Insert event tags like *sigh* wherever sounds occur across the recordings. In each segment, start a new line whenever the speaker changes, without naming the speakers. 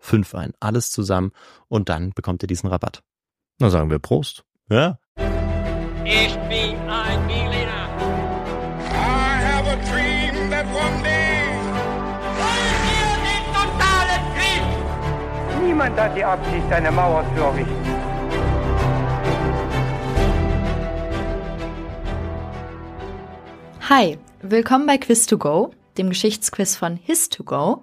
5 ein. Alles zusammen und dann bekommt ihr diesen Rabatt.
Na sagen wir Prost.
Ja.
Ich bin ein Berliner.
I have a dream that one day
Wollt ihr den totalen Krieg?
Niemand hat die Absicht, eine Mauer zu errichten.
Hi, willkommen bei Quiz2Go, dem Geschichtsquiz von His2Go.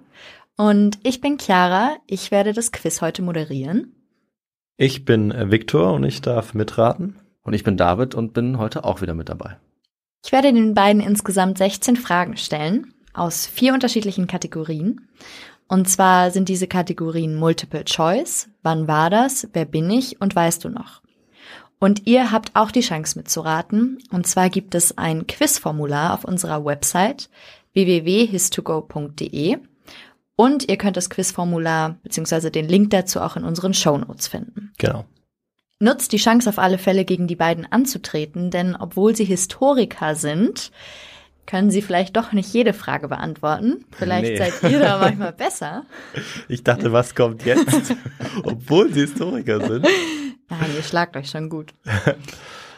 Und ich bin Chiara, ich werde das Quiz heute moderieren.
Ich bin äh, Viktor und ich darf mitraten.
Und ich bin David und bin heute auch wieder mit dabei.
Ich werde den beiden insgesamt 16 Fragen stellen, aus vier unterschiedlichen Kategorien. Und zwar sind diese Kategorien Multiple Choice, wann war das, wer bin ich und weißt du noch. Und ihr habt auch die Chance mitzuraten. Und zwar gibt es ein Quizformular auf unserer Website www.histogo.de. Und ihr könnt das Quizformular bzw. den Link dazu auch in unseren Shownotes finden.
Genau.
Nutzt die Chance auf alle Fälle, gegen die beiden anzutreten, denn obwohl sie Historiker sind, können sie vielleicht doch nicht jede Frage beantworten. Vielleicht
Nee.
seid ihr
*laughs*
da manchmal besser.
Ich dachte, was
*laughs*
kommt jetzt? Obwohl sie Historiker sind.
Nein, ihr schlagt euch schon gut.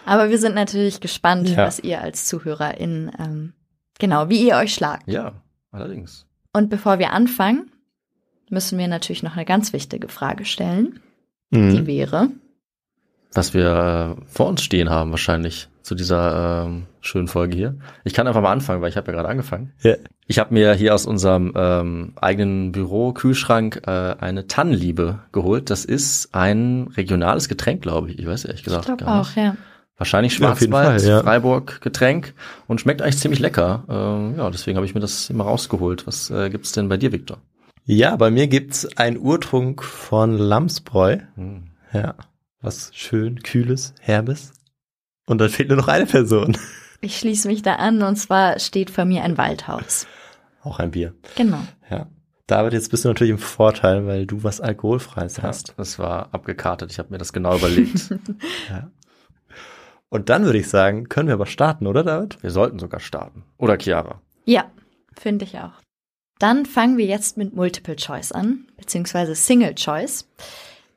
Aber wir sind natürlich gespannt,
Ja.
was ihr als ZuhörerInnen, ähm, genau, wie ihr euch schlagt.
Ja, allerdings.
Und bevor wir anfangen, müssen wir natürlich noch eine ganz wichtige Frage stellen.
Hm.
Die
Mhm.
wäre,
Was wir äh, vor uns stehen haben wahrscheinlich zu dieser ähm, schönen Folge hier. Ich kann einfach mal anfangen, weil ich habe ja gerade angefangen.
Ja.
Ich habe mir hier aus unserem ähm, eigenen Büro Kühlschrank äh, eine Tannenliebe geholt. Das ist ein regionales Getränk, glaube ich. Ich weiß ehrlich
ich
gesagt
glaube
gar
auch,
nicht.
ja.
Wahrscheinlich
Ja, auf jeden
Schwarzwald,
Fall, ja.
Freiburg Getränk und schmeckt eigentlich ziemlich lecker. Ähm, ja, deswegen habe ich mir das immer rausgeholt. Was äh, gibt's denn bei dir, Victor?
Ja, bei mir gibt's ein Urtrunk von Lamsbräu.
Hm.
Ja, was schön kühles, herbes. Und dann fehlt nur noch eine Person.
Ich schließe mich da an und zwar steht vor mir ein Waldhaus.
Auch ein Bier.
Genau.
Ja. David, jetzt bist du natürlich im Vorteil, weil du was Alkoholfreies
Ja,
hast.
das war abgekartet. Ich habe mir das genau überlegt.
Und dann würde ich sagen, können wir aber starten, oder David?
wir sollten sogar starten. Oder Chiara.
Ja, finde ich auch. Dann fangen wir jetzt mit Multiple Choice an, beziehungsweise Single Choice.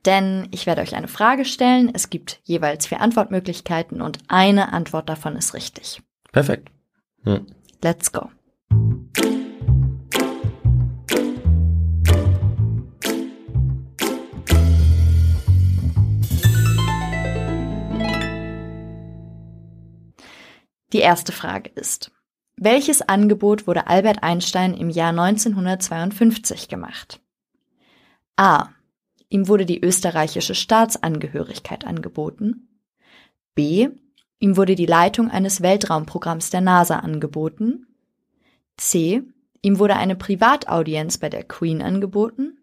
Denn ich werde euch eine Frage stellen. Es gibt jeweils vier Antwortmöglichkeiten und eine Antwort davon ist richtig.
Perfekt.
Let's go. Die erste Frage ist, welches Angebot wurde Albert Einstein im Jahr 1952 gemacht? A. Ihm wurde die österreichische Staatsangehörigkeit angeboten. B. Ihm wurde die Leitung eines Weltraumprogramms der NASA angeboten. C. Ihm wurde eine Privataudienz bei der Queen angeboten.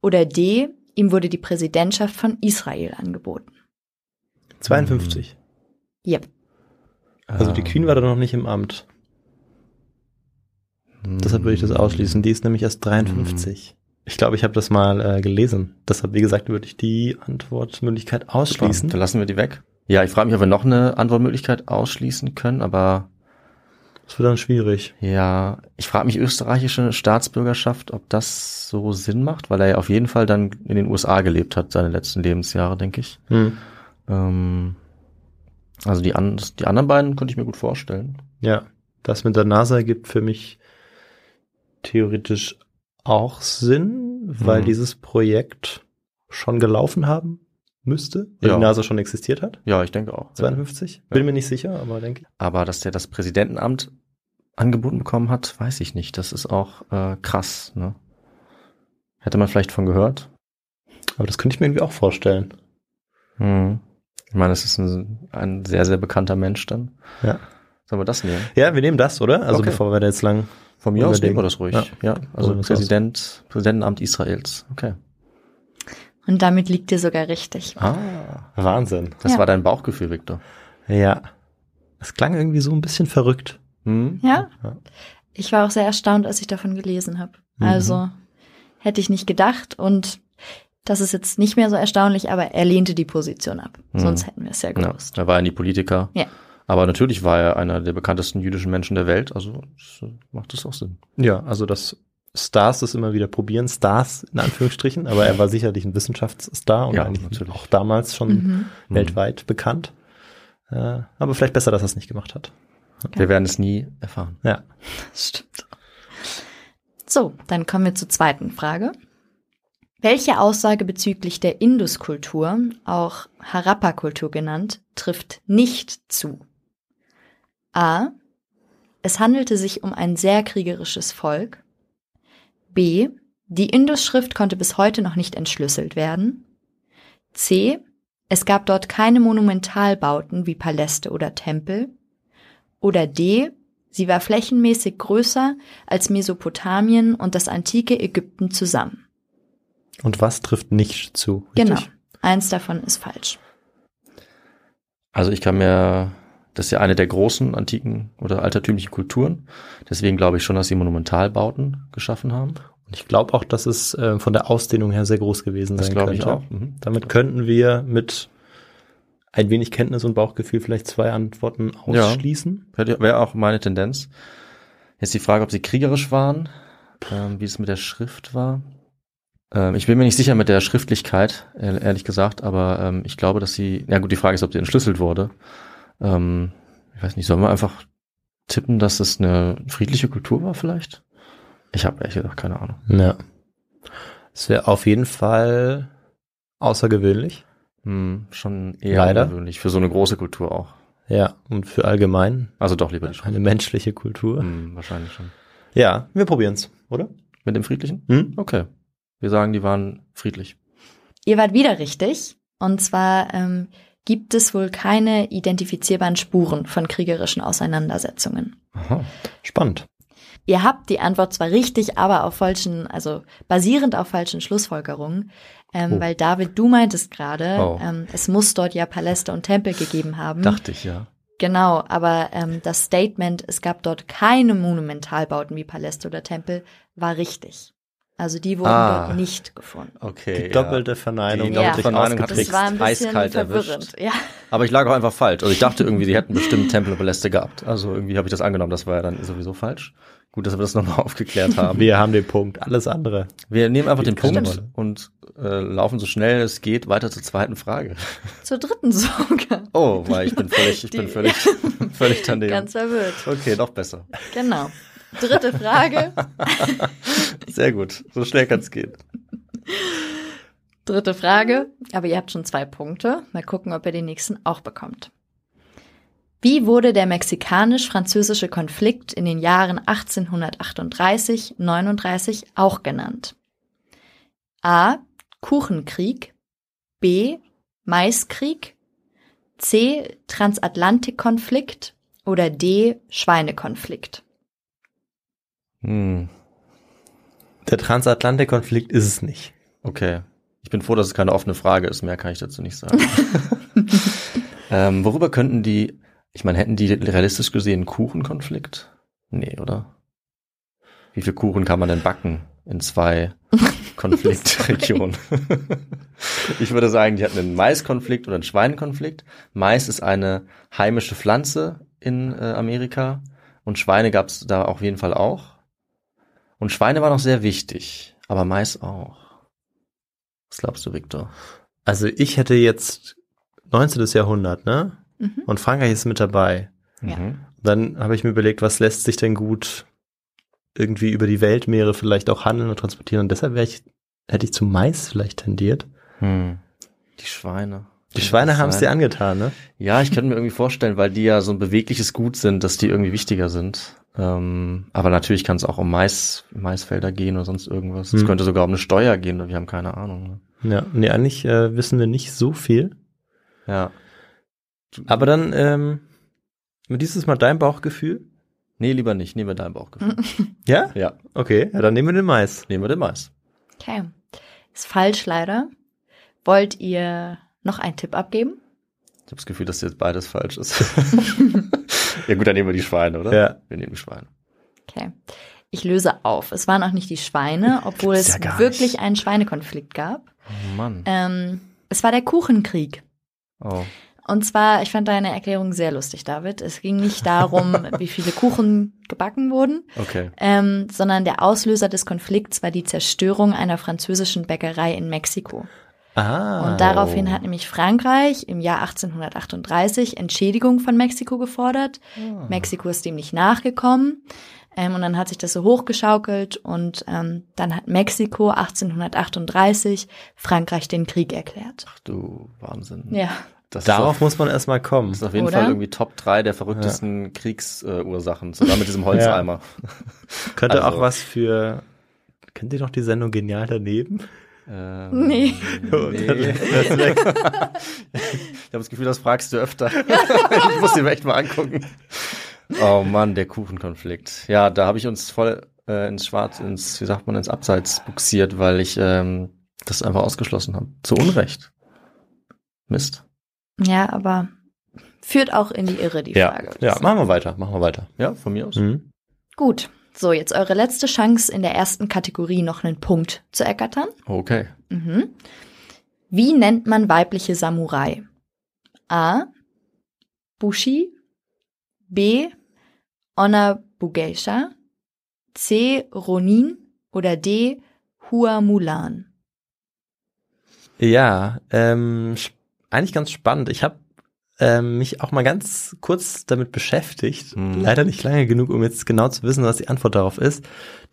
Oder D. Ihm wurde die Präsidentschaft von Israel angeboten.
52.
Mhm.
Yep.
Also
Ah.
Ah.
die Queen war da noch nicht im Amt. Deshalb würde ich das ausschließen. Die ist nämlich erst 53. Ich glaube, ich habe das mal äh, gelesen. Deshalb, wie gesagt, würde ich die Antwortmöglichkeit
Schließen.
ausschließen.
Dann lassen wir die weg. Ja, ich frage mich, ob wir noch eine Antwortmöglichkeit ausschließen können, aber
Das wird dann schwierig.
ja, ich frage mich österreichische Staatsbürgerschaft, ob das so Sinn macht, weil er ja auf jeden Fall dann in den USA gelebt hat, seine letzten Lebensjahre, denke ich.
Hm.
Ähm, also die, an, die anderen beiden könnte ich mir gut vorstellen.
Ja, das mit der NASA ergibt für mich theoretisch auch Sinn, weil
Mhm.
dieses Projekt schon gelaufen haben müsste, weil
Ja.
die NASA schon existiert hat.
Ja, ich denke auch.
52?
Ja.
Bin mir nicht sicher, aber denke ich.
Aber dass der das Präsidentenamt angeboten bekommen hat, weiß ich nicht. Das ist auch äh, krass. Ne? Hätte man vielleicht von gehört.
Aber das könnte ich mir irgendwie auch vorstellen.
Hm. Ich meine, es ist ein, ein sehr, sehr bekannter Mensch dann.
Ja.
Sollen wir das nehmen?
Ja, wir nehmen das, oder? Also
Okay.
bevor wir da jetzt lang.
Von mir aus
Unbedingt.
nehmen wir das ruhig.
Ja.
Ja, also
Probieren wir's
Präsident, Präsidentenamt Israels. Okay.
Und damit liegt ihr sogar richtig.
Ah.
Wahnsinn.
Das
Ja.
war dein Bauchgefühl, Victor.
Ja. Es klang irgendwie so ein bisschen verrückt.
Hm?
Ja?
Ja.
Ich war auch sehr erstaunt, als ich davon gelesen habe.
Mhm.
Also hätte ich nicht gedacht und das ist jetzt nicht mehr so erstaunlich, aber er lehnte die Position ab.
Mhm.
Sonst hätten wir es ja
Ja,
gewusst.
er war ja nie Politiker.
Ja.
Aber natürlich war er einer der bekanntesten jüdischen Menschen der Welt. Also das macht das auch Sinn.
Ja, also das Stars das immer wieder probieren, Stars in Anführungsstrichen, aber er war sicherlich ein Wissenschaftsstar und
Ja,
eigentlich
natürlich.
auch damals schon
Mhm.
weltweit bekannt. Äh, aber vielleicht besser, dass er es nicht gemacht hat.
Wir werden es nie erfahren.
Ja.
Das stimmt. So, dann kommen wir zur zweiten Frage. Welche Aussage bezüglich der Induskultur, auch Harappa-Kultur genannt, trifft nicht zu? A. Es handelte sich um ein sehr kriegerisches Volk. B. Die Indus-Schrift konnte bis heute noch nicht entschlüsselt werden. C. Es gab dort keine Monumentalbauten wie Paläste oder Tempel. Oder D. Sie war flächenmäßig größer als Mesopotamien und das antike Ägypten zusammen.
Und was trifft nicht zu? richtig?
Genau. Eins davon ist falsch.
Also ich kann mir, das ist ja eine der großen antiken oder altertümlichen Kulturen. Deswegen glaube ich schon, dass sie Monumentalbauten geschaffen haben.
Und ich glaube auch, dass es äh, von der Ausdehnung her sehr groß gewesen
Das
sein
glaube
könnte.
ich auch. Mhm.
Damit könnten wir mit ein wenig Kenntnis und Bauchgefühl vielleicht zwei Antworten
Ja.
ausschließen.
Hätte- Wäre auch meine Tendenz. Jetzt die Frage, ob sie kriegerisch waren, ähm, wie es mit der Schrift war. Ähm, ich bin mir nicht sicher mit der Schriftlichkeit, ehr- ehrlich gesagt, aber ähm, ich glaube, dass sie, ja gut, die Frage ist, ob sie entschlüsselt wurde. Ähm, ich weiß nicht, sollen wir einfach tippen, dass es eine friedliche Kultur war vielleicht? Ich habe ehrlich gesagt keine Ahnung.
Ja. Es wäre auf jeden Fall außergewöhnlich.
Hm, schon eher
Leider.
ungewöhnlich für so eine große Kultur auch.
Ja. Und für allgemein
Also doch lieber die Schweiz.
eine menschliche Kultur.
Hm, wahrscheinlich schon.
Ja, wir probieren's, oder?
Mit dem Friedlichen?
Hm?
Okay. Wir sagen, die waren friedlich.
Ihr wart wieder richtig. Und zwar ähm, gibt es wohl keine identifizierbaren Spuren von kriegerischen Auseinandersetzungen.
Aha.
Spannend.
Ihr habt die Antwort zwar richtig, aber auf falschen, also basierend auf falschen Schlussfolgerungen, ähm,
Oh.
weil David, du meintest gerade,
Oh.
ähm, es muss dort ja Paläste und Tempel gegeben haben.
Dachte ich, ja.
Genau, aber ähm, das Statement, es gab dort keine Monumentalbauten wie Paläste oder Tempel, war richtig. Also die wurden
Ah.
dort nicht gefunden.
Okay.
Die doppelte Verneinung.
Die
Ja.
doppelte Verneinung hat
Das
mich
war ein bisschen
eiskalt
verwirrend.
erwischt.
Ja. *laughs*
Aber ich lag auch einfach falsch. Also ich dachte irgendwie, die hätten bestimmt Tempelpaläste gehabt. Also irgendwie habe ich das angenommen. Das war ja dann sowieso falsch. Gut, dass wir das nochmal *laughs* aufgeklärt haben.
Wir haben den Punkt. Alles andere.
Wir nehmen einfach den
keine
Punkt und äh, laufen so schnell es geht weiter zur zweiten Frage.
Zur dritten sogar.
Oh, weil ich bin völlig, ich bin
Die-
völlig, völlig daneben.
Ganz verwirrt.
okay, noch besser.
Genau. Dritte Frage.
Sehr gut. So schnell kann es gehen.
Dritte Frage. Aber ihr habt schon zwei Punkte. Mal gucken, ob ihr den nächsten auch bekommt. Wie wurde der mexikanisch-französische Konflikt in den Jahren 1838-39 auch genannt? A. Kuchenkrieg. B. Maiskrieg. C. Transatlantikkonflikt. Oder D. Schweinekonflikt.
Hm,
Der Transatlantikkonflikt ist es nicht.
okay. Ich bin froh, dass es keine offene Frage ist. Mehr kann ich dazu nicht sagen. *laughs* ähm, worüber könnten die, ich meine, hätten die realistisch gesehen einen Kuchenkonflikt? Nee, oder? Wie viel Kuchen kann man denn backen in zwei Konfliktregionen? *laughs* ich würde sagen, die hatten einen Maiskonflikt oder einen Schweinekonflikt. Mais ist eine heimische Pflanze in äh, Amerika und Schweine gab es da auf jeden Fall auch. Und Schweine war noch sehr wichtig, aber Mais auch. Was glaubst du, Victor?
Also ich hätte jetzt 19. Jahrhundert, ne?
Mhm.
Und Frankreich ist mit dabei.
Ja.
Mhm.
Dann habe ich mir überlegt, was lässt sich denn gut irgendwie über die Weltmeere vielleicht auch handeln und transportieren. Und deshalb wäre ich, hätte ich zu Mais vielleicht tendiert.
Hm. Die Schweine.
Die Schweine haben es dir angetan, ne?
Ja, ich könnte mir irgendwie vorstellen, weil die ja so ein bewegliches Gut sind, dass die irgendwie wichtiger sind. Ähm, aber natürlich kann es auch um Mais, Maisfelder gehen oder sonst irgendwas. Es
Hm.
könnte sogar um eine Steuer gehen, wir haben keine Ahnung. Ne?
Ja, nee, eigentlich äh, wissen wir nicht so viel.
Ja.
Aber dann, ähm, dieses Mal dein Bauchgefühl.
Nee, lieber nicht. Nehmen wir dein Bauchgefühl.
Ja?
Ja,
Okay, ja, dann nehmen wir den Mais.
nehmen wir den Mais.
Okay. Ist falsch leider. Wollt ihr noch einen Tipp abgeben?
Ich habe das Gefühl, dass jetzt beides falsch ist. *laughs* ja gut, dann nehmen wir die Schweine, oder?
Ja.
Wir nehmen die Schweine.
Okay. Ich löse auf. Es waren auch nicht die Schweine, obwohl
Hm, Gibt's
es
ja gar
wirklich
nicht.
einen Schweinekonflikt gab.
Oh Mann.
Ähm, es war der Kuchenkrieg.
Oh.
Und zwar, ich fand deine Erklärung sehr lustig, David. Es ging nicht
*laughs*
darum, wie viele Kuchen gebacken wurden,
Okay.
ähm, sondern der Auslöser des Konflikts war die Zerstörung einer französischen Bäckerei in Mexiko.
Ah.
Und daraufhin hat nämlich Frankreich im Jahr 1838 Entschädigung von Mexiko gefordert.
Ah.
Mexiko ist dem nicht nachgekommen. Ähm, und dann hat sich das so hochgeschaukelt und ähm, dann hat Mexiko 1838 Frankreich den Krieg erklärt.
Ach du Wahnsinn.
Ja,
Das ist
Darauf
auf-
muss man erstmal kommen.
Das ist auf jeden
Oder?
Fall irgendwie Top 3 der verrücktesten Kriegsursachen, sogar mit diesem
*laughs*
Holzeimer.
Könnte
Also-
auch was für. Kennt ihr noch die Sendung Genial daneben?
Ähm,
nee.
*laughs*
nee. *laughs* Ich habe das Gefühl, das fragst
*laughs*
du öfter. ich muss dir echt mal angucken. Oh Mann, der Kuchenkonflikt. Ja, da habe ich uns voll äh, ins Schwarz, ins, wie sagt man, ins Abseits buxiert, weil ich ähm, das einfach ausgeschlossen habe. Zu Unrecht. Mist.
Ja, aber führt auch in die Irre die Frage.
ja, machen wir weiter, machen wir weiter.
Ja, von mir aus.
Mhm.
Gut, so jetzt eure letzte Chance in der ersten Kategorie noch einen Punkt zu ergattern.
Okay.
Mhm. Wie nennt man weibliche Samurai? A. Bushi. B. Onabugeisha. C. Ronin. Oder D. Hua Mulan.
Ja, ähm, sch- eigentlich ganz spannend. Ich habe ähm, mich auch mal ganz kurz damit beschäftigt, leider nicht lange genug, um jetzt genau zu wissen, was die Antwort darauf ist,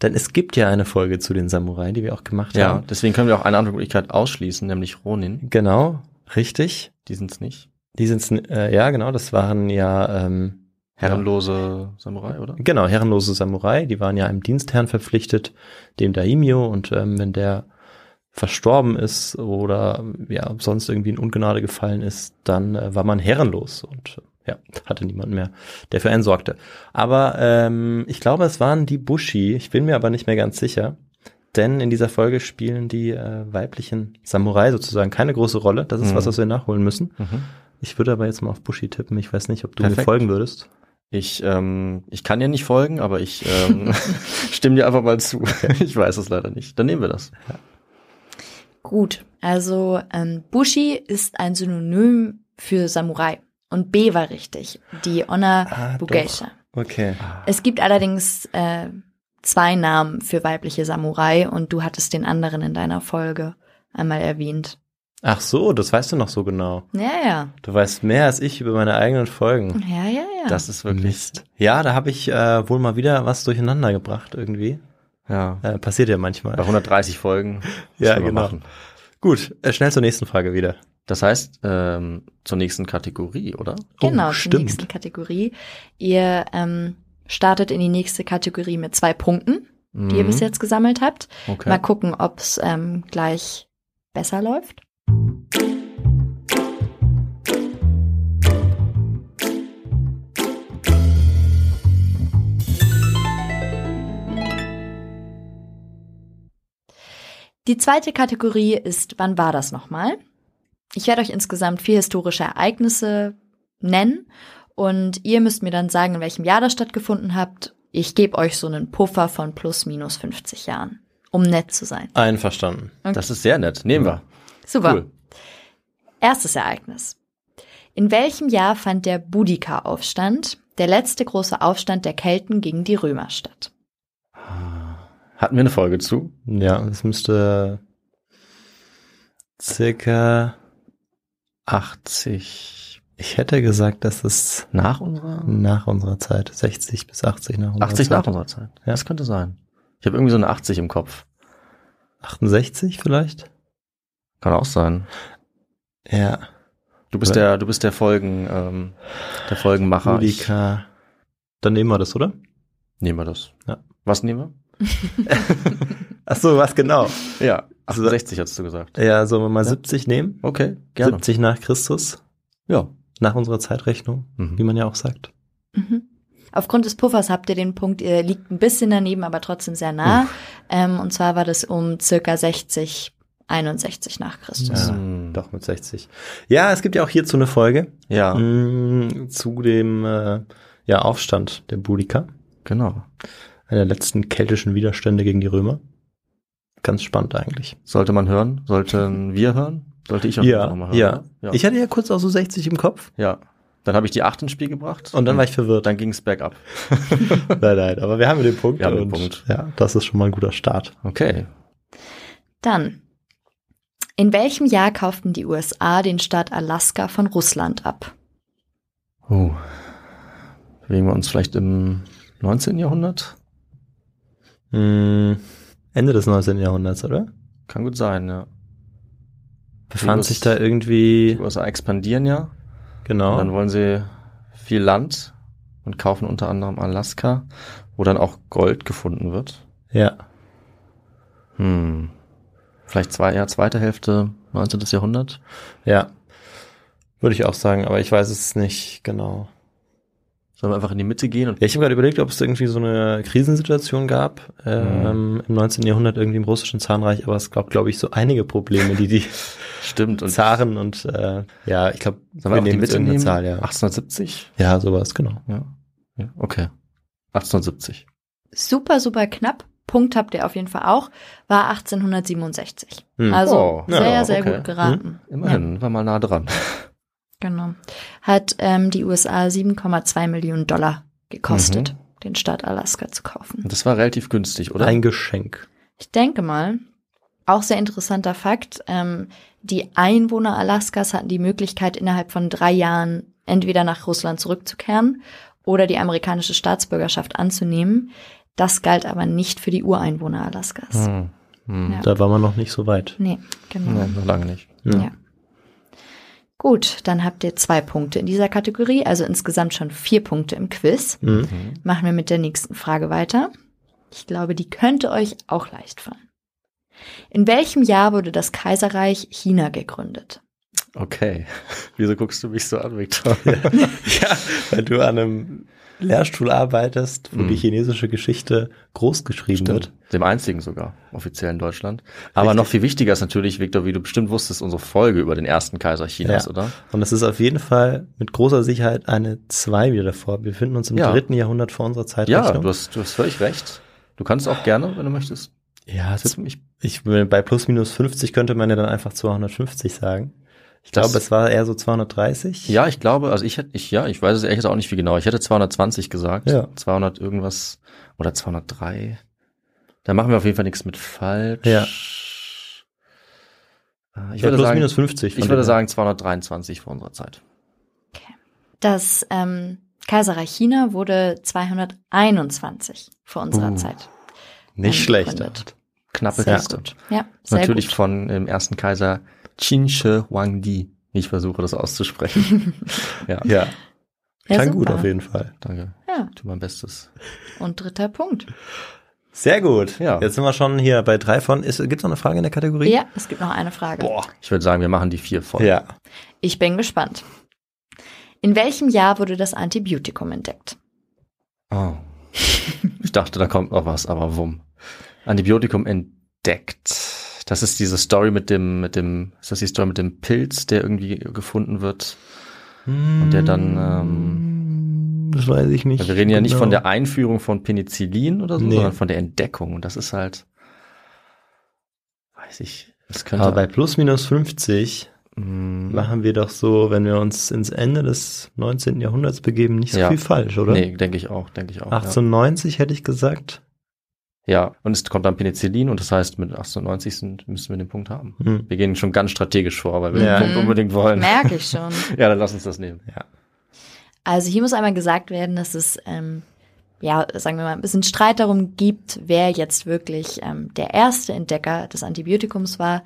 denn es gibt ja eine Folge zu den Samurai, die wir auch gemacht
Ja,
haben.
deswegen können wir auch eine andere Möglichkeit ausschließen, nämlich Ronin.
Genau, richtig.
Die sind's nicht.
Die sind's, äh, ja genau, das waren ja, ähm,
Herrenlose Samurai, oder?
genau, herrenlose Samurai, die waren ja einem Dienstherrn verpflichtet, dem Daimyo und ähm, wenn der verstorben ist oder ähm, ja, sonst irgendwie in Ungnade gefallen ist, dann äh, war man herrenlos und äh, ja, hatte niemanden mehr, der für einen sorgte. Aber ähm, ich glaube, es waren die Bushi, ich bin mir aber nicht mehr ganz sicher, denn in dieser Folge spielen die äh, weiblichen Samurai sozusagen keine große Rolle. Das ist
Mhm.
was, was wir nachholen müssen.
Mhm.
Ich würde aber jetzt mal auf Bushi tippen. Ich weiß nicht, ob du mir
Perfekt.
folgen würdest.
Ich, ähm, ich kann dir nicht folgen, aber ich
*laughs*
ähm, stimme dir einfach mal zu. *laughs* Ich weiß es leider nicht. Dann nehmen wir das.
Gut, also ähm, Bushi ist ein Synonym für Samurai. Und B war richtig, die Onna
Ah,
Bugeisha.
Okay.
Es gibt allerdings äh, zwei Namen für weibliche Samurai und du hattest den anderen in deiner Folge einmal erwähnt.
Ach so, das weißt du noch so genau.
Ja, ja,
Du weißt mehr als ich über meine eigenen Folgen.
ja, ja, ja.
Das ist wirklich.
Mist. Ja, da habe ich äh, wohl mal wieder was durcheinander gebracht irgendwie.
Ja.
Äh, passiert ja manchmal.
Bei 130 Folgen.
Ja,
Das können wir
genau. Gut, äh, schnell zur nächsten Frage wieder.
Das heißt, ähm, zur nächsten Kategorie, oder?
genau,
oh,
zur
stimmt.
nächsten Kategorie. Ihr ähm, startet in die nächste Kategorie mit zwei Punkten, die
Mhm.
ihr bis jetzt gesammelt habt.
Mhm. Okay.
Mal gucken, ob es ähm, gleich besser läuft. Die zweite Kategorie ist, wann war das nochmal? Ich werde euch insgesamt vier historische Ereignisse nennen und ihr müsst mir dann sagen, in welchem Jahr das stattgefunden hat. Ich gebe euch so einen Puffer von plus minus 50 Jahren, um nett zu sein.
Einverstanden.
Das ist sehr nett. Nehmen wir.
Super.
Cool.
Erstes Ereignis. In welchem Jahr fand der Boudicca-Aufstand, der letzte große Aufstand der Kelten gegen die Römer statt?
Ah, Hatten wir eine Folge zu?
Ja, das müsste circa 80. Ich hätte gesagt, das ist
Nach unserer?
nach unserer Zeit. 60 bis 80 nach unserer
80
Zeit.
nach unserer Zeit.
Ja.
Das könnte sein. Ich habe irgendwie so eine 80 im Kopf.
68 vielleicht?
Kann auch sein.
Ja.
Du bist
Weil-
der, du bist der Folgen, ähm, der Folgenmacher. Ich
Ludika. Dann nehmen wir das, oder?
nehme wir das.
Ja.
Was nehmen
*laughs* Ach so, was genau?
wir? Ja,
Also-
68 hast du gesagt.
Ja, sollen wir mal 70 nehmen?
Okay, gerne.
70 nach Christus,
Ja.
nach unserer Zeitrechnung,
Mhm.
wie man ja auch sagt.
Mhm. Aufgrund des Puffers habt ihr den Punkt, ihr liegt ein bisschen daneben, aber trotzdem sehr nah. Ähm, und zwar war das um circa 60, 61 nach Christus.
Ja,
Mhm.
Doch, mit 60. Ja, es gibt ja auch hierzu eine Folge
Ja,
mm, zu dem äh, ja, Aufstand der Boudica,
genau.
einer der letzten keltischen Widerstände gegen die Römer. Ganz spannend eigentlich.
Sollte man hören? Sollten wir hören? Sollte ich auf jeden Fall
Ja,
nochmal hören?
ja,
oder?
Ich hatte ja kurz auch so 60 im Kopf
Ja. Dann habe ich die 8 ins Spiel gebracht.
und dann war ich *laughs* verwirrt.
Dann ging es bergab.
Nein, nein, aber wir haben ja den Punkt.
Wir haben den
und
Punkt.
Ja, das ist schon mal ein guter Start.
Okay.
Dann. In welchem Jahr kauften die USA den Staat Alaska von Russland ab?
Uh. Bewegen wir uns vielleicht im 19. Jahrhundert?
Mm, Ende des 19. Jahrhunderts, oder?
Kann gut sein, ja.
Befand
US-
sich da irgendwie,
Die USA expandieren ja. Und dann
genau,
wollen sie viel Land und kaufen unter anderem Alaska, wo dann auch Gold gefunden wird.
ja,
Hm. Vielleicht zwei, ja, zweite Hälfte 19. Jahrhundert.
ja, würde ich auch sagen, aber ich weiß es nicht genau.
Sollen wir einfach in die Mitte gehen und
Ja, ich habe gerade überlegt, ob es irgendwie so eine Krisensituation gab ähm,
Mhm.
im 19. Jahrhundert irgendwie im russischen Zarenreich, aber es gab, glaube ich, so einige Probleme, die die
stimmt *laughs* und
Zaren und äh, ja, ich glaube,
Sollen wir auch die
jetzt
Mitte
irgendeine
nehmen?
Zahl, ja.
1870?
Ja, sowas, genau.
Ja. ja. Okay. 1870.
Super, super knapp. Punkt habt ihr auf jeden Fall auch. War 1867.
Hm.
Also
Oh,
sehr,
ja,
sehr
okay.
gut geraten.
Immerhin, war mal nah dran.
Genau. Hat ähm, die USA 7,2 Millionen Dollar
Mhm.
gekostet, den Staat Alaska zu kaufen.
Und das war relativ günstig, oder?
Ein Geschenk.
Ich denke mal, auch sehr interessanter Fakt, ähm, die Einwohner Alaskas hatten die Möglichkeit, innerhalb von drei Jahren entweder nach Russland zurückzukehren oder die amerikanische Staatsbürgerschaft anzunehmen. Das galt aber nicht für die Ureinwohner Alaskas.
Hm. Hm.
Ja.
Da war man noch nicht so weit. Hm.
Nee, genau.
Nein, noch lange nicht.
Ja. Gut, dann habt ihr zwei Punkte in dieser Kategorie, also insgesamt schon vier Punkte im Quiz.
Mhm.
Machen wir mit der nächsten Frage weiter. Ich glaube, die könnte euch auch leicht fallen. In welchem Jahr wurde das Kaiserreich China gegründet?
Okay. *laughs* Wieso guckst du mich so an, Victor?
Ja, weil du an einem Lehrstuhl arbeitest, wo
Mhm.
die chinesische Geschichte groß geschrieben wird.
Dem einzigen sogar, offiziell in Deutschland. Aber noch viel wichtiger ist natürlich, Victor, wie du bestimmt wusstest, unsere Folge über den ersten Kaiser Chinas,
Ja.
oder?
Und es ist auf jeden Fall mit großer Sicherheit eine 2 wieder davor. Wir befinden uns im
Ja.
dritten Jahrhundert vor unserer
Ja,
Zeitrechnung.
du hast, du hast völlig recht. Du kannst auch gerne, wenn du möchtest.
ja
Das ist
es-
mich
ich bin bei plus minus 50 könnte man ja dann einfach 250 sagen. Ich
Das-
glaube, es war eher so 230.
Ja, ich glaube, also ich hätte, ich, ja, ich weiß es ehrlich gesagt auch nicht wie genau. Ich hätte 220 gesagt.
Ja.
200 irgendwas oder 203. Da machen wir auf jeden Fall nichts mit falsch.
Ja.
Äh, Ich
Ja,
würde,
plus
sagen,
minus 50.
ich
von
würde
dem-
sagen 223 vor unserer Zeit.
Das ähm, Kaiserreich China wurde 221 vor unserer
Uh,
Zeit.
nicht
oh
ähm,
schlecht.
gegründet.
Knappe
Sehr
Kiste.
gut. Ja, sehr
Natürlich
gut.
von dem ersten Kaiser Qin Shi Huangdi. Ich versuche
*laughs*
das auszusprechen. ja,
Ja,
Ja,
klang gut
super.
auf jeden Fall.
danke.
Ja,
Tu mein Bestes.
und dritter Punkt.
Sehr gut.
Ja.
Jetzt sind wir schon hier bei drei von. Gibt es noch eine Frage in der Kategorie?
Ja, es gibt noch eine Frage.
Ich würde sagen, wir machen die vier voll.
Ja.
Ich bin gespannt. In welchem Jahr wurde das Antibiotikum entdeckt?
Oh. Ich dachte, da kommt noch was, aber wumm. Antibiotikum entdeckt. Das ist diese Story mit dem, mit dem, ist das die Story mit dem Pilz, der irgendwie gefunden wird?
Und
der dann, ähm,
das weiß ich nicht.
Weil wir reden ja nicht
genau.
von der Einführung von Penicillin oder so,
Nee.
sondern von der Entdeckung. Und das ist halt, weiß ich, das könnte.
Aber bei plus minus 50
Mm,
machen wir doch so, wenn wir uns ins Ende des 19. Jahrhunderts begeben, nicht so
Ja.
viel falsch, oder?
Nee, denke ich auch, denke ich auch.
1890 hätte ich gesagt.
Ja. ja, und es kommt dann Penicillin und das heißt, mit 1890 sind, müssen wir den Punkt haben.
Hm.
Wir gehen schon ganz strategisch vor, weil wir
Ja.
Mhm.
den Punkt unbedingt wollen.
Merke ich schon.
Ja, dann lass uns das nehmen.
Also hier muss einmal gesagt werden, dass es, ähm, ja, sagen wir mal, ein bisschen Streit darum gibt, wer jetzt wirklich ähm, der erste Entdecker des Antibiotikums war.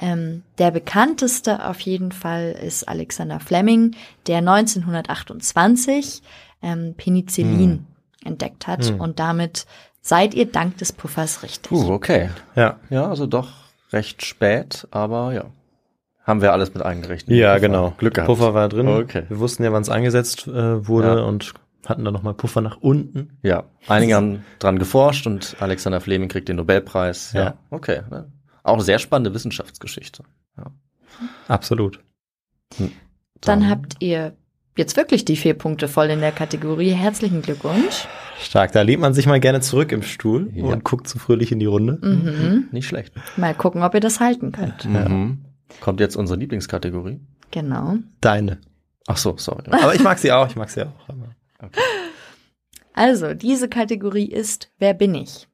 Ähm, der bekannteste auf jeden Fall ist Alexander Fleming, der 1928 ähm, Penicillin entdeckt hat. Und damit seid ihr dank des Puffers richtig.
Puh, okay.
Ja.
Ja, also doch recht spät, aber ja. Haben wir alles mit eingerechnet.
Ja,
Puffer.
genau.
Glück gehabt.
Puffer war drin.
Okay.
Wir wussten ja, wann es angesetzt äh, wurde
Ja.
und hatten dann nochmal Puffer nach unten.
Ja, einige haben dran geforscht und Alexander Fleming kriegt den Nobelpreis. Ja.
Ja.
Okay. ne? Auch eine sehr spannende Wissenschaftsgeschichte.
Absolut.
Dann habt ihr jetzt wirklich die vier Punkte voll in der Kategorie. Herzlichen Glückwunsch.
Stark. Da lehnt man sich mal gerne zurück im Stuhl
Ja.
und guckt so fröhlich in die Runde.
Mhm.
Nicht schlecht.
Mal gucken, ob ihr das halten könnt.
Mhm. Kommt jetzt unsere Lieblingskategorie.
Genau.
Deine.
Ach
*laughs*
so, sorry.
Aber ich mag sie auch. Ich mag sie auch. Aber
Also, diese Kategorie ist Wer bin ich?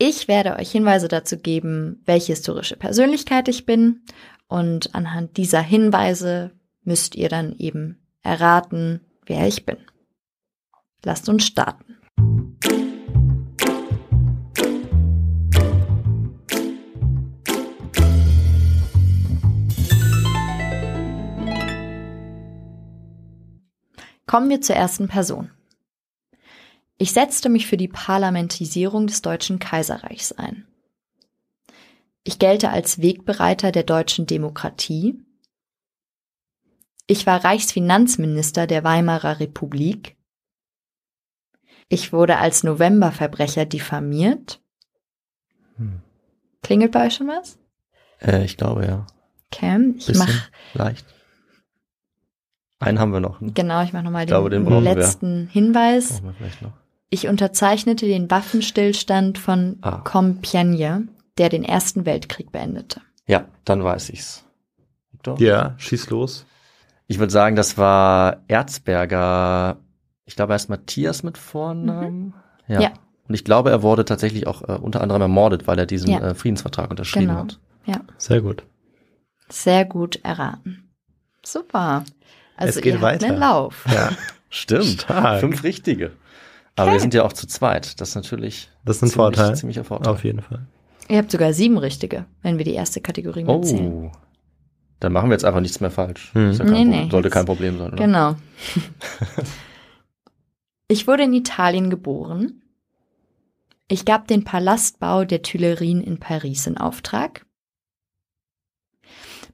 Ich werde euch Hinweise dazu geben, welche historische Persönlichkeit ich bin. Und anhand dieser Hinweise müsst ihr dann eben erraten, wer ich bin. Lasst uns starten. Kommen wir zur ersten Person. Ich setzte mich für die Parlamentisierung des Deutschen Kaiserreichs ein. Ich gelte als Wegbereiter der deutschen Demokratie. Ich war Reichsfinanzminister der Weimarer Republik. Ich wurde als Novemberverbrecher diffamiert.
Hm.
Klingelt bei euch schon was?
Äh, ich glaube, ja.
Okay, ich
Bisschen.
mach
Leicht. Einen haben wir noch. Ne?
genau, ich mach nochmal den,
glaube, den brauchen wir.
letzten Hinweis.
Brauchen wir vielleicht noch.
Ich unterzeichnete den Waffenstillstand von
Ah.
Compiègne, der den Ersten Weltkrieg beendete.
Ja, dann weiß ich's. Victor?
ja, schieß los.
Ich würde sagen, das war Erzberger. Ich glaube, er ist Matthias mit Vornamen.
Mhm. Ja.
Und ich glaube, er wurde tatsächlich auch äh, unter anderem ermordet, weil er diesen
Ja.
äh, Friedensvertrag unterschrieben
Genau.
hat.
Sehr gut.
Sehr gut erraten. Super. Also
Es geht
ihr habt
weiter.
einen Lauf.
Ja,
Stimmt.
Stark.
Fünf richtige. Aber wir sind ja auch zu zweit. Das ist natürlich
Das ist ein
ziemlich-
Vorteil.
ziemlicher Vorteil.
auf jeden Fall.
Ihr habt sogar sieben richtige, wenn wir die erste Kategorie mitzählen.
Oh. Dann machen wir jetzt einfach nichts mehr falsch.
Hm.
Ist ja kein
Nee,
Problem.
nee.
Sollte kein Problem sein, oder?
Genau. *laughs* ich wurde in Italien geboren. Ich gab den Palastbau der Tuilerien in Paris in Auftrag.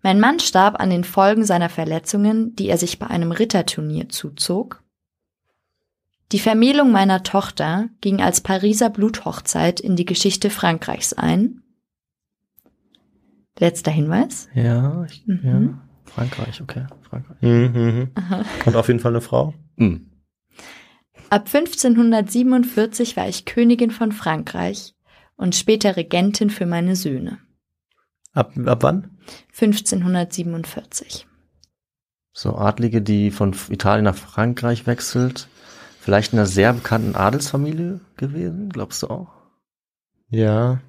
Mein Mann starb an den Folgen seiner Verletzungen, die er sich bei einem Ritterturnier zuzog. Die Vermählung meiner Tochter ging als Pariser Bluthochzeit in die Geschichte Frankreichs ein. Letzter Hinweis.
Ja, ich,
Mhm.
ja. Frankreich, okay. Frankreich.
Mhm, mhm. Und auf jeden Fall eine Frau.
Hm.
Ab 1547 war ich Königin von Frankreich und später Regentin für meine Söhne.
Ab, ab wann?
1547.
So Adlige, die von F- Italien nach Frankreich wechselt. Vielleicht in einer sehr bekannten Adelsfamilie gewesen, glaubst du auch?
Ja.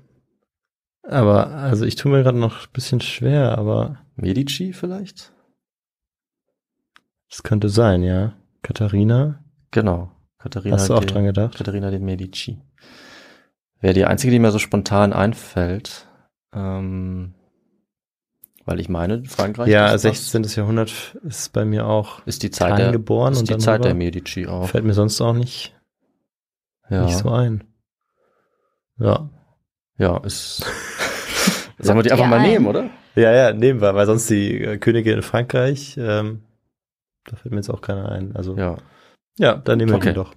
Aber, also ich tue mir gerade noch ein bisschen schwer, aber
Medici vielleicht?
es könnte sein, ja. Katharina,
Genau. Katharina
hast du auch
de-
dran gedacht?
Katharina de Medici. Wäre die einzige, die mir so spontan einfällt. Ähm, weil ich meine, Frankreich
Ja,
das
16. Jahrhundert ist bei mir auch,
ist die Zeit
Italien
der,
geboren
ist
und
die
dann
Zeit der
rüber.
Medici auch.
fällt mir sonst auch nicht,
Ja,
nicht so ein. Ja.
ja ist.
*laughs*
Sollen wir die einfach
ihr
mal
ein?
nehmen, oder?
Ja, ja, nehmen wir, weil sonst die äh, Königin in Frankreich, ähm, da fällt mir jetzt auch keiner ein. Also ja,
Ja.
dann nehmen wir
Okay.
die doch.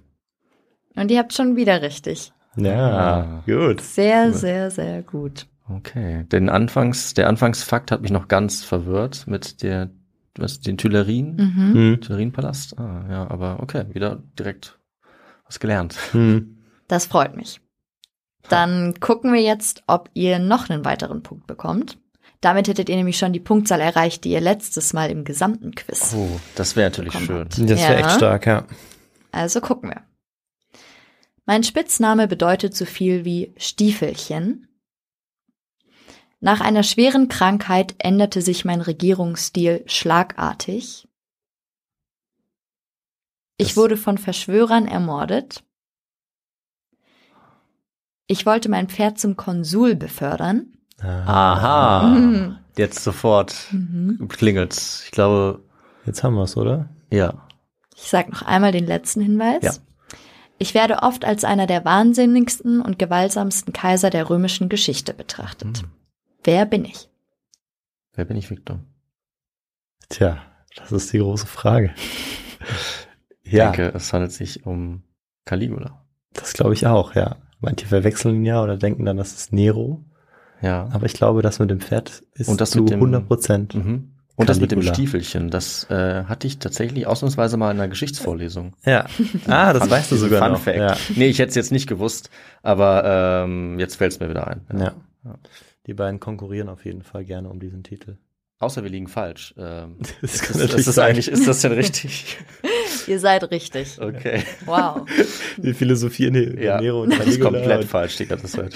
Und ihr habt schon wieder richtig.
Ja,
Ah.
gut.
Sehr, sehr, sehr gut.
Okay. Den Anfangs, der Anfangsfakt hat mich noch ganz verwirrt mit der, was, den Tuilerien.
Mhm.
Hm.
Tuilerien-Palast? Ah, ja, aber okay, wieder direkt was gelernt.
Hm.
Das freut mich. Dann gucken wir jetzt, ob ihr noch einen weiteren Punkt bekommt. Damit hättet ihr nämlich schon die Punktzahl erreicht, die ihr letztes Mal im gesamten Quiz.
Oh, das wäre natürlich schön.
bekommen habt.
hm. Das wäre
Ja.
echt stark, ja.
Also gucken wir. Mein Spitzname bedeutet so viel wie Stiefelchen. Nach einer schweren Krankheit änderte sich mein Regierungsstil schlagartig. Ich
Das-
wurde von Verschwörern ermordet. Ich wollte mein Pferd zum Konsul befördern.
Aha.
Mhm.
Jetzt sofort
Mhm.
klingelt's. Ich glaube,
Jetzt haben wir es, oder?
ja.
Ich sage noch einmal den letzten Hinweis.
Ja.
Ich werde oft als einer der wahnsinnigsten und gewaltsamsten Kaiser der römischen Geschichte
Mhm.
betrachtet.
Mhm.
Wer bin ich?
Hm. Wer bin ich, Victor?
Tja, das ist die große Frage. *laughs*
Ich
ja,
denke, es handelt sich um Caligula.
das glaube ich auch, ja. Manche verwechseln ihn ja oder denken dann, das ist Nero.
Ja.
Aber ich glaube, das mit dem Pferd ist
Und das
zu
mit dem-
100 Prozent.
Mhm. Und das mit dem
Caligula.
Stiefelchen, das äh, hatte ich tatsächlich ausnahmsweise mal in einer Geschichtsvorlesung.
*laughs* Ja. Ah, das
Fun-
weißt du
diesen
sogar
Fun
noch.
Fact.
Ja.
Nee, ich hätte es jetzt nicht gewusst, aber ähm, jetzt fällt es mir wieder ein.
Ja. Die beiden konkurrieren auf jeden Fall gerne um diesen Titel.
Außer wir liegen falsch. Ähm,
*laughs* Das
ist,
kann
das,
natürlich
ist, das
sein.
eigentlich,
*laughs*
ist das denn richtig?
Ihr seid richtig.
Okay.
Wow.
Wir philosophieren hier
Ja,
Nero und
das ist
Caligula
komplett
und-
falsch die ganze Zeit.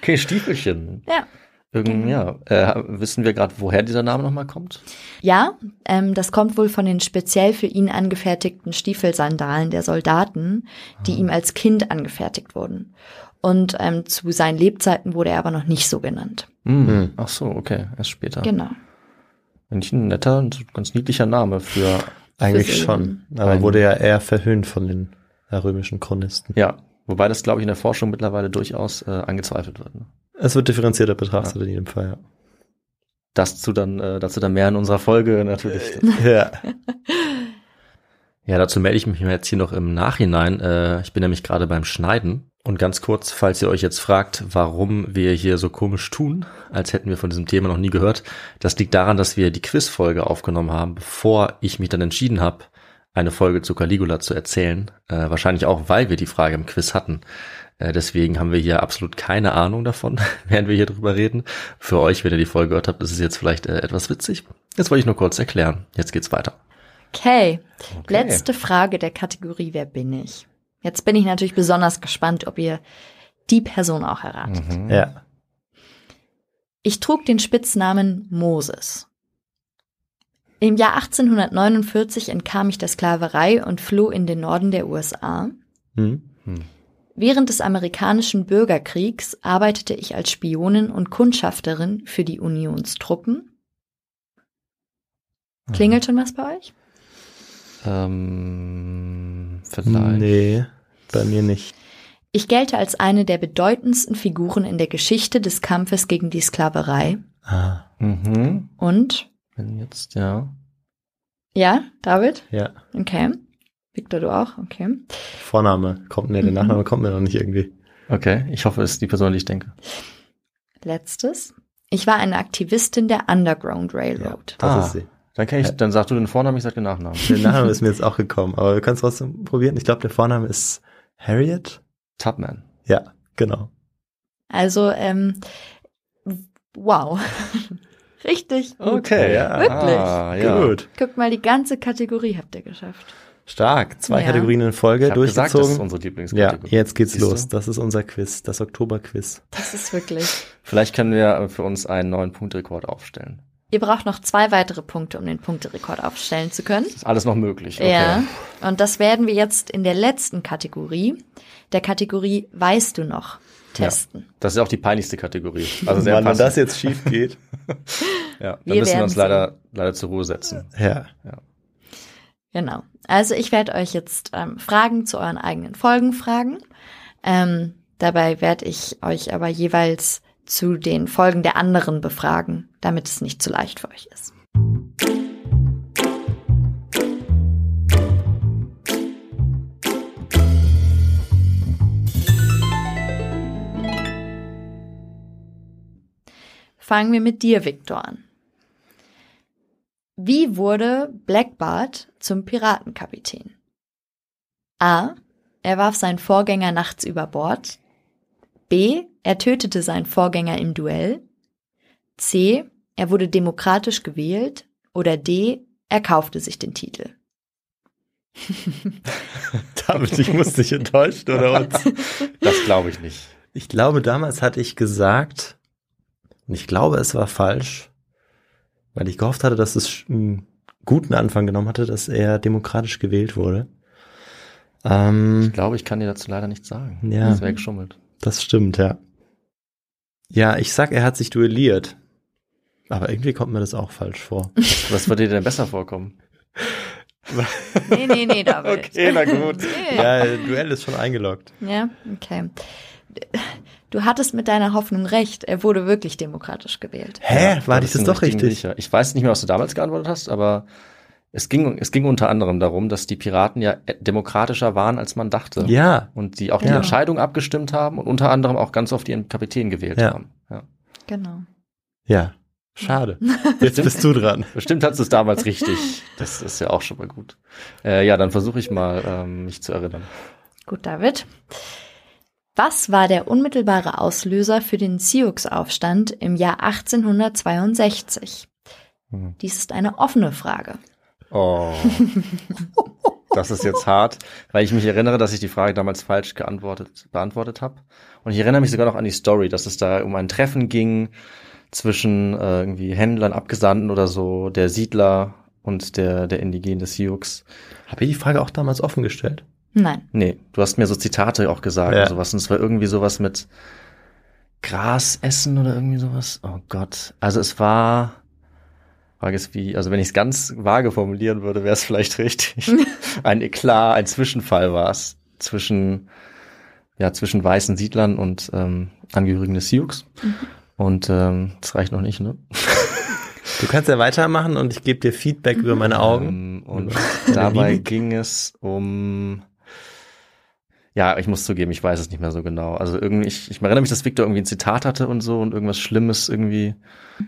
Okay, Stiefelchen.
*laughs* Ja.
Irgend, ja. Äh, wissen wir gerade, woher dieser Name nochmal kommt?
Ja, ähm, das kommt wohl von den speziell für ihn angefertigten Stiefelsandalen der Soldaten,
Ah.
die ihm als Kind angefertigt wurden. Und ähm, zu seinen Lebzeiten wurde er aber noch nicht so genannt.
Hm.
Mhm. Ach so, okay, erst später.
Genau.
Eigentlich ein netter und ganz niedlicher Name für,
Eigentlich
Fürs
schon.
Leben.
Aber
Ein-
wurde ja eher verhöhnt von den äh, römischen Chronisten.
ja, wobei das, glaube ich, in der Forschung mittlerweile durchaus äh, angezweifelt wird. Ne?
Es wird differenzierter betrachtet in jedem Fall,
Das zu dann, äh, dazu dann mehr in unserer Folge natürlich.
ja. ja.
Ja, dazu melde ich mich jetzt hier noch im Nachhinein. Äh, ich bin nämlich gerade beim Schneiden. Und ganz kurz, falls ihr euch jetzt fragt, warum wir hier so komisch tun, als hätten wir von diesem Thema noch nie gehört, das liegt daran, dass wir die Quizfolge aufgenommen haben, bevor ich mich dann entschieden habe, eine Folge zu Caligula zu erzählen. Äh, wahrscheinlich auch, weil wir die Frage im Quiz hatten. Äh, deswegen haben wir hier absolut keine Ahnung davon, *laughs* während wir hier drüber reden. Für euch, wenn ihr die Folge gehört habt, ist es jetzt vielleicht äh, etwas witzig. Jetzt wollte ich nur kurz erklären. Jetzt geht's weiter.
Okay. Letzte Frage der Kategorie Wer bin ich? Jetzt bin ich natürlich besonders gespannt, ob ihr die Person auch erratet.
*laughs* Mhm. ja.
Ich trug den Spitznamen Moses. Im Jahr 1849 entkam ich der Sklaverei und floh in den Norden der USA.
Hm?
Während des amerikanischen Bürgerkriegs arbeitete ich als Spionin und Kundschafterin für die Unionstruppen.
Mhm.
Klingelt schon was bei euch?
Ähm, vielleicht.
Nee, bei mir nicht.
Ich gelte als eine der bedeutendsten Figuren in der Geschichte des Kampfes gegen die Sklaverei
Ah,
Mhm.
und
Wenn jetzt, ja.
ja, David?
ja.
Okay. Victor, du auch? Okay.
Vorname kommt mir, der
Mhm.
Nachname kommt mir noch nicht irgendwie.
Okay, ich hoffe, es ist die Person, an die ich denke.
Letztes. Ich war eine Aktivistin der Underground Railroad.
Das
Ah.
ist sie.
Dann kenn ich, dann sag du den Vornamen, ich sag den Nachnamen. *laughs*
Der Nachname ist mir jetzt auch gekommen, aber wir können es trotzdem probieren. Ich glaube, der Vorname ist Harriet.
Tubman.
Ja, genau.
Also, ähm, wow. *laughs* Richtig.
Okay, ja.
Wirklich?
Ah, ja.
Gut.
Guckt mal, die ganze Kategorie habt ihr geschafft.
Stark. Zwei
Ja.
Kategorien in Folge
Ich hab gesagt, das ist
durchgezogen.
unsere
ja,
Lieblingskategorie.
jetzt geht's
Siehst du?
los. Das ist unser Quiz, das Oktoberquiz.
Das ist wirklich.
Vielleicht können wir äh, für uns einen neuen Punkterekord aufstellen.
Ihr braucht noch zwei weitere Punkte, um den Punkterekord aufstellen zu können.
Ist alles noch möglich. Okay.
Ja. Und das werden wir jetzt in der letzten Kategorie, der Kategorie Weißt du noch, testen.
Das ist auch die peinlichste Kategorie. *laughs* Also sehr
Mann, wenn
passend.
das jetzt schief geht.
ja, dann
Wir
müssen wir
werden's
uns leider, leider zur Ruhe setzen.
*laughs* ja.
Genau. Also ich werde euch jetzt ähm, Fragen zu euren eigenen Folgen fragen. Ähm, dabei werde ich euch aber jeweils zu den Folgen der anderen befragen, damit es nicht zu leicht für euch ist. Fangen wir mit dir, Viktor, an. Wie wurde Blackbart zum Piratenkapitän? A. Er warf seinen Vorgänger nachts über Bord. B. Er tötete seinen Vorgänger im Duell. C. Er wurde demokratisch gewählt. Oder D. Er kaufte sich den Titel.
Damit, ich muss dich enttäuscht *laughs* oder uns.
Das glaube ich nicht.
Ich glaube, damals hatte ich gesagt, und ich glaube, es war falsch, weil ich gehofft hatte, dass es einen guten Anfang genommen hatte, dass er demokratisch gewählt wurde. Ähm,
Ich glaube, ich kann dir dazu leider nichts sagen.
Ja.
Das wäre geschummelt.
das stimmt, ja. Ja, ich sag, er hat sich duelliert. Aber irgendwie kommt mir das auch falsch *laughs* vor.
Was würde dir denn besser vorkommen?
Nee, nee, nee, David.
*laughs* Okay, na gut.
Nee.
ja, äh, Duell ist schon eingeloggt.
Ja, okay. Du hattest mit deiner Hoffnung recht. Er wurde wirklich demokratisch gewählt.
Hä?
Ja,
war
da
ich
bist du
das
im
doch
richtigen
richtig?
Riecher. Ich weiß nicht mehr, was du damals geantwortet hast, aber es ging, es ging unter anderem darum, dass die Piraten ja äh, demokratischer waren, als man dachte.
also. Ja,
Und die auch die
Ja.
Entscheidung abgestimmt haben und unter anderem auch ganz oft ihren Kapitän gewählt
Ja.
haben. Ja.
Genau.
ja. *laughs* Schade. Jetzt bist du dran.
Bestimmt hast du es
*laughs*
damals richtig. Das ist ja auch schon mal gut. Äh, ja, dann versuche ich mal, ähm, mich zu erinnern.
Gut, David. Was war der unmittelbare Auslöser für den Sioux-Aufstand im Jahr 1862?
Hm.
Dies ist eine offene Frage.
Oh. Das ist jetzt hart, weil ich mich erinnere, dass ich die Frage damals falsch geantwortet, beantwortet habe. Und ich erinnere mich sogar noch an die Story, dass es da um ein Treffen ging zwischen äh, irgendwie Händlern, Abgesandten oder so, der Siedler und der, der Indigenen des Sioux.
Habe ich die Frage auch damals offen gestellt?
Nein.
Nee, du hast mir so Zitate auch gesagt
Ja.
und sowas. Und es war irgendwie sowas mit Gras essen oder irgendwie sowas. Oh Gott. Also es war. Frage ist wie, also wenn ich es ganz vage formulieren würde, wäre es vielleicht richtig. ein Eklat, ein Zwischenfall war es zwischen, ja, zwischen weißen Siedlern und ähm, Angehörigen des Sioux. Und ähm, das reicht noch nicht, ne?
Du kannst ja weitermachen und ich gebe dir Feedback über meine Augen.
Ähm, *laughs* Und dabei ging es um. Ja, ich muss zugeben, ich weiß es nicht mehr so genau. Also irgendwie, ich, ich erinnere mich, dass Victor irgendwie ein Zitat hatte und so und irgendwas Schlimmes irgendwie.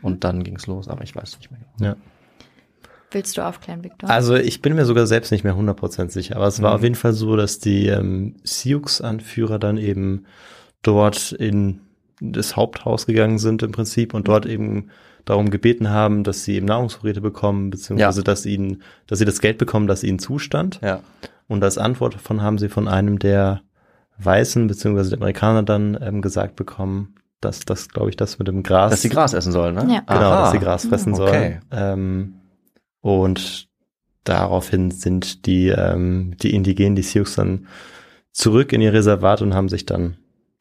Und dann ging es los, aber ich weiß es nicht mehr genau.
Ja.
Willst du aufklären, Viktor?
Also ich bin mir sogar selbst nicht mehr 100% sicher, aber es war
Mhm.
auf jeden Fall so, dass die ähm, Sioux-Anführer dann eben dort in das Haupthaus gegangen sind im Prinzip und dort eben darum gebeten haben, dass sie eben Nahrungsvorräte bekommen, beziehungsweise
Ja.
dass ihnen, dass sie das Geld bekommen, das ihnen zustand.
Ja.
Und als Antwort davon haben sie von einem der Weißen, beziehungsweise der Amerikaner dann ähm, gesagt bekommen, dass das, glaube ich, das mit dem Gras.
Dass sie Gras essen sollen, ne?
Ja.
Genau,
Aha.
dass sie Gras fressen
Okay.
sollen. Ähm, Und daraufhin sind die, ähm, die Indigenen, die Sioux dann zurück in ihr Reservat und haben sich dann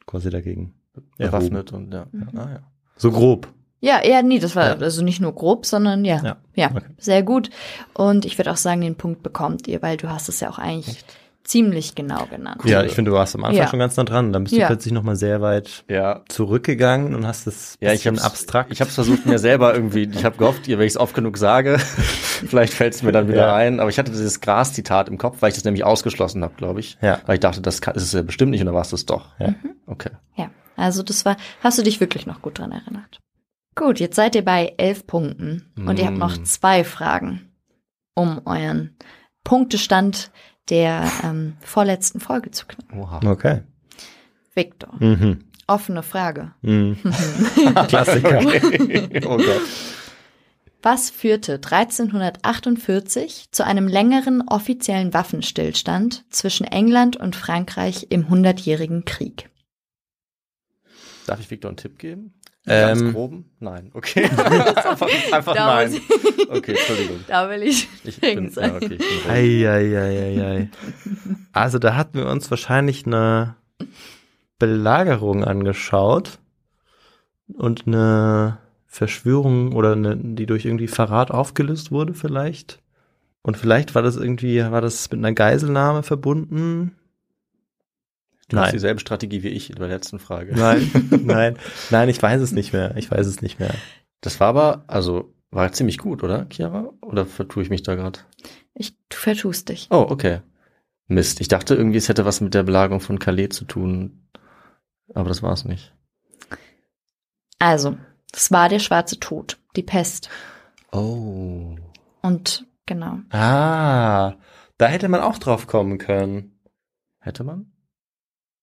quasi dagegen erhoben.
Bewaffnet und ja.
Mhm.
Ah, ja.
So grob.
Ja, eher nie. Das war
Ja.
also nicht nur grob, sondern ja.
Ja,
Ja,
okay.
sehr gut. Und ich würde auch sagen, den Punkt bekommt ihr, weil du hast es ja auch eigentlich ziemlich genau genannt.
Ja, ich finde, du warst am Anfang
Ja.
schon ganz nah dran. Dann bist du
Ja.
plötzlich nochmal sehr weit
Ja.
zurückgegangen und hast es
Ja, ich
bisschen
habe
abstrakt.
Ich habe es versucht mir selber irgendwie. Ich habe gehofft, ihr, wenn ich es oft genug sage, *laughs* vielleicht fällt es mir dann wieder
Ja.
ein. Aber ich hatte dieses Gras-Zitat im Kopf, weil ich das nämlich ausgeschlossen habe, glaube ich.
Ja.
Weil ich dachte, das kann, das ist ja bestimmt nicht und dann war es das doch.
Ja.
Okay.
Ja, also das war, hast du dich wirklich noch gut dran erinnert. Gut, jetzt seid ihr bei elf Punkten und ihr habt
Mm.
noch zwei Fragen, um euren Punktestand der ähm, vorletzten Folge zu knacken.
Oha. *laughs*
Okay.
Victor,
Mhm.
offene Frage.
Mhm. Klassiker.
oh Gott.
Was führte 1348 zu einem längeren offiziellen Waffenstillstand zwischen England und Frankreich im Hundertjährigen Krieg?
Darf ich Victor einen Tipp geben?
Ähm.
Ganz groben? Nein. Okay. einfach einfach
Da muss
nein.
ich-
Okay, Entschuldigung.
Da will ich,
Ich
streng
bin,
sein.
ja, okay, ich bin ruhig.
Eieieiei. Also da hatten wir uns wahrscheinlich eine Belagerung angeschaut und eine Verschwörung oder eine, die durch irgendwie Verrat aufgelöst wurde vielleicht. Und vielleicht war das irgendwie, war das mit einer Geiselnahme verbunden?
Du hast
Nein,
dieselbe Strategie wie ich bei der letzten Frage.
nein, nein, nein, ich weiß es nicht mehr. Ich weiß es nicht mehr.
Das war aber, also, war ziemlich gut, oder, Chiara? Oder vertue ich mich da gerade?
ich, du vertust dich.
Oh, okay. Mist. Ich dachte irgendwie, es hätte was mit der Belagerung von Calais zu tun. Aber das war es nicht.
Also, es war der schwarze Tod, die Pest.
Oh.
Und genau.
Ah, da hätte man auch drauf kommen können.
Hätte man?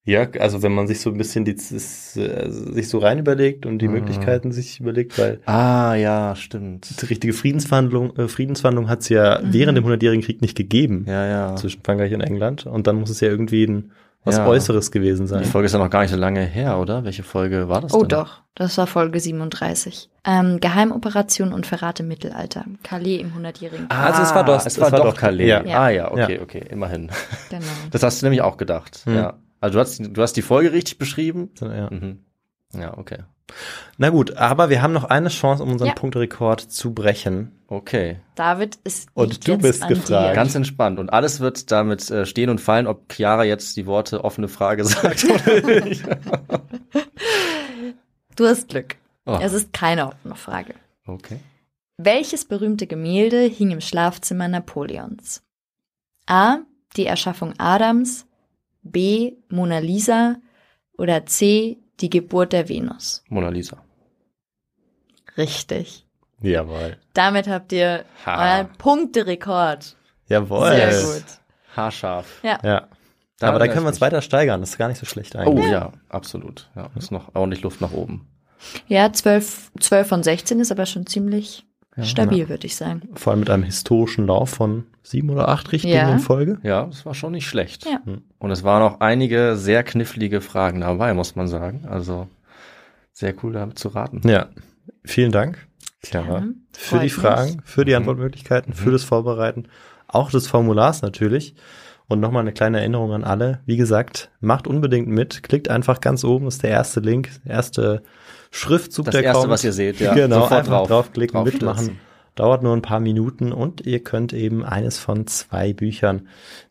Ja, also wenn man sich so ein bisschen die, das, äh, sich so rein überlegt und die
Mhm.
Möglichkeiten sich überlegt, weil
Ah, ja, stimmt.
die richtige Friedensverhandlung, äh, Friedensverhandlung hat es ja
Mhm.
während dem Hundertjährigen Krieg nicht gegeben
Ja, ja.
zwischen Frankreich und England und dann muss es ja irgendwie ein, was
Ja.
Äußeres gewesen sein.
Die Folge ist ja noch gar nicht so lange her, oder? Welche Folge war das
Oh
denn?
doch, das war Folge 37. Ähm, Geheimoperation und Verrat im Mittelalter. Calais im Hundertjährigen Krieg.
Ah, also es war doch,
es war doch
Calais.
Ja.
Ja.
Ah ja, okay, okay, immerhin.
Genau.
*laughs* Das hast du nämlich auch gedacht.
Hm.
Ja. Also du hast, du hast die Folge richtig beschrieben.
Ja.
Mhm. Ja, okay.
Na gut, aber wir haben noch eine Chance, um unseren
Ja.
Punkterekord zu brechen.
Okay.
David ist
Und
liegt
du
jetzt
bist
an
gefragt. Ja.
Ganz entspannt. Und alles wird damit äh, stehen und fallen, ob Chiara jetzt die Worte offene Frage *laughs* sagt oder nicht.
Dir. Du hast Glück.
Oh.
Es ist keine offene Frage.
Okay.
Welches berühmte Gemälde hing im Schlafzimmer Napoleons? A. Die Erschaffung Adams. B. Mona Lisa. Oder C. Die Geburt der Venus.
Mona Lisa.
Richtig.
Jawohl.
Damit habt ihr
Ha.
euren Punkterekord.
Jawohl.
Sehr gut.
Haarscharf.
Ja.
Ja.
Da
aber da
erinnere
können wir
ich
uns
mich.
weiter steigern, das ist gar nicht so schlecht
Oh
eigentlich.
ja, absolut. Ja, ist noch ordentlich Luft nach oben.
Ja, 12, 12 von 16 ist aber schon ziemlich
Ja.
stabil, würde ich sagen.
Vor allem mit einem historischen Lauf von sieben oder acht Richtungen
Oh. Ja.
in Folge.
Ja, das war schon nicht schlecht. Hm.
Ja.
Und es waren auch einige sehr knifflige Fragen dabei, muss man sagen. Also sehr cool damit zu raten.
Ja. Vielen Dank.
Gerne.
Für
Freut
die
mich.
Fragen, für
Mhm.
die Antwortmöglichkeiten, für das Vorbereiten, auch des Formulars natürlich. Und nochmal eine kleine Erinnerung an alle. Wie gesagt, macht unbedingt mit. Klickt einfach ganz oben, ist der erste Link, der erste Schriftzug,
Das
der
erste,
kommt.
was ihr seht, ja.
Genau,
Sofort
einfach
drauf-
draufklicken,
drauf
mitmachen.
stürzen.
Dauert nur ein paar Minuten und ihr könnt eben eines von zwei Büchern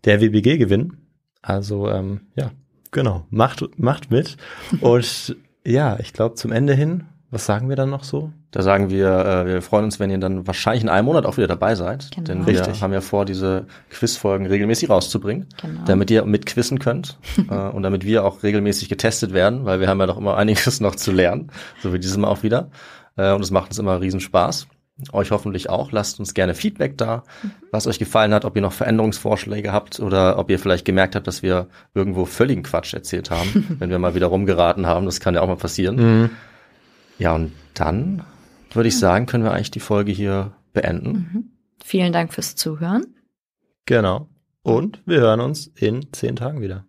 der WBG gewinnen. Also ähm, ja, genau. Macht, macht mit. und ja, ich glaube zum Ende hin, was sagen wir dann noch so?
Da sagen wir, äh, wir freuen uns, wenn ihr dann wahrscheinlich in einem Monat auch wieder dabei seid.
Genau.
Denn wir
Richtig.
haben ja vor, diese Quizfolgen regelmäßig rauszubringen,
Genau.
damit ihr mitquissen könnt äh, und damit wir auch regelmäßig getestet werden, weil wir haben ja doch immer einiges noch zu lernen, so wie dieses Mal auch wieder. Äh, und es macht uns immer riesen Spaß. Euch hoffentlich auch. Lasst uns gerne Feedback da, was euch gefallen hat, ob ihr noch Veränderungsvorschläge habt oder ob ihr vielleicht gemerkt habt, dass wir irgendwo völligen Quatsch erzählt haben, wenn wir mal wieder rumgeraten haben. Das kann ja auch mal passieren.
Mhm.
Ja, und dann würde ich sagen, können wir eigentlich die Folge hier
Mhm.
beenden.
Vielen Dank fürs Zuhören.
Genau. Und wir hören uns in zehn Tagen wieder.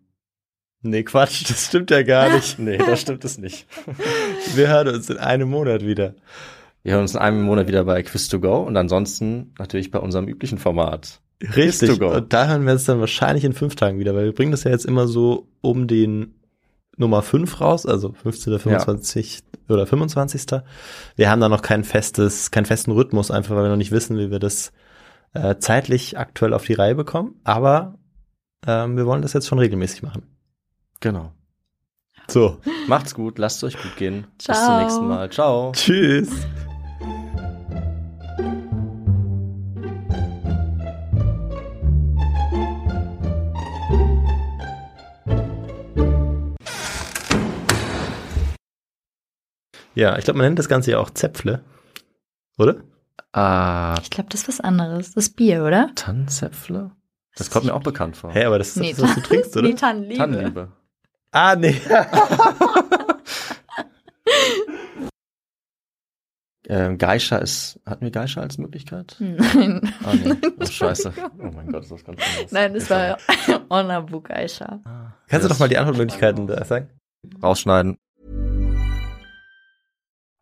Nee,
*laughs*
Quatsch,
*laughs*
das stimmt ja gar nicht.
Nee, das stimmt es nicht. *laughs*
Wir hören uns in einem Monat wieder.
Wir hören uns in einem Monat wieder bei Quiz2Go und ansonsten natürlich bei unserem üblichen Format. Quiz
Richtig.
to go.
Und da hören wir es dann wahrscheinlich in fünf Tagen wieder, weil wir bringen das ja jetzt immer so um den Nummer 5 raus, also 15., 25. oder 25. Wir haben da noch kein festes, keinen festen Rhythmus, einfach weil wir noch nicht wissen, wie wir das äh, zeitlich aktuell auf die Reihe bekommen. Aber ähm, wir wollen das jetzt schon regelmäßig machen.
Genau.
So,
Macht's gut, lasst euch gut gehen. Bis zum
Ciao.
nächsten Mal. Ciao.
*laughs* tschüss. Ja, ich glaube, man nennt das Ganze ja auch Zäpfle, oder?
Ah,
Ich glaube, das ist was anderes. Das ist Bier, oder?
Tannenzäpfle? Das kommt mir auch bekannt vor.
Hä, aber das ist
Nee,
das, was du trinkst, oder?
*laughs* Nee, Tannenliebe.
Tannenliebe.
Ah, nee.
Ähm, Geisha ist, hatten wir Geisha als Möglichkeit?
Nein.
Ah, nee.
*laughs*
Oh, scheiße. Oh mein Gott, ist das ganz anders.
Nein, das war *laughs* Onabu Geisha.
Kannst du
Das-
doch mal die Antwortmöglichkeiten da sagen?
Rausschneiden.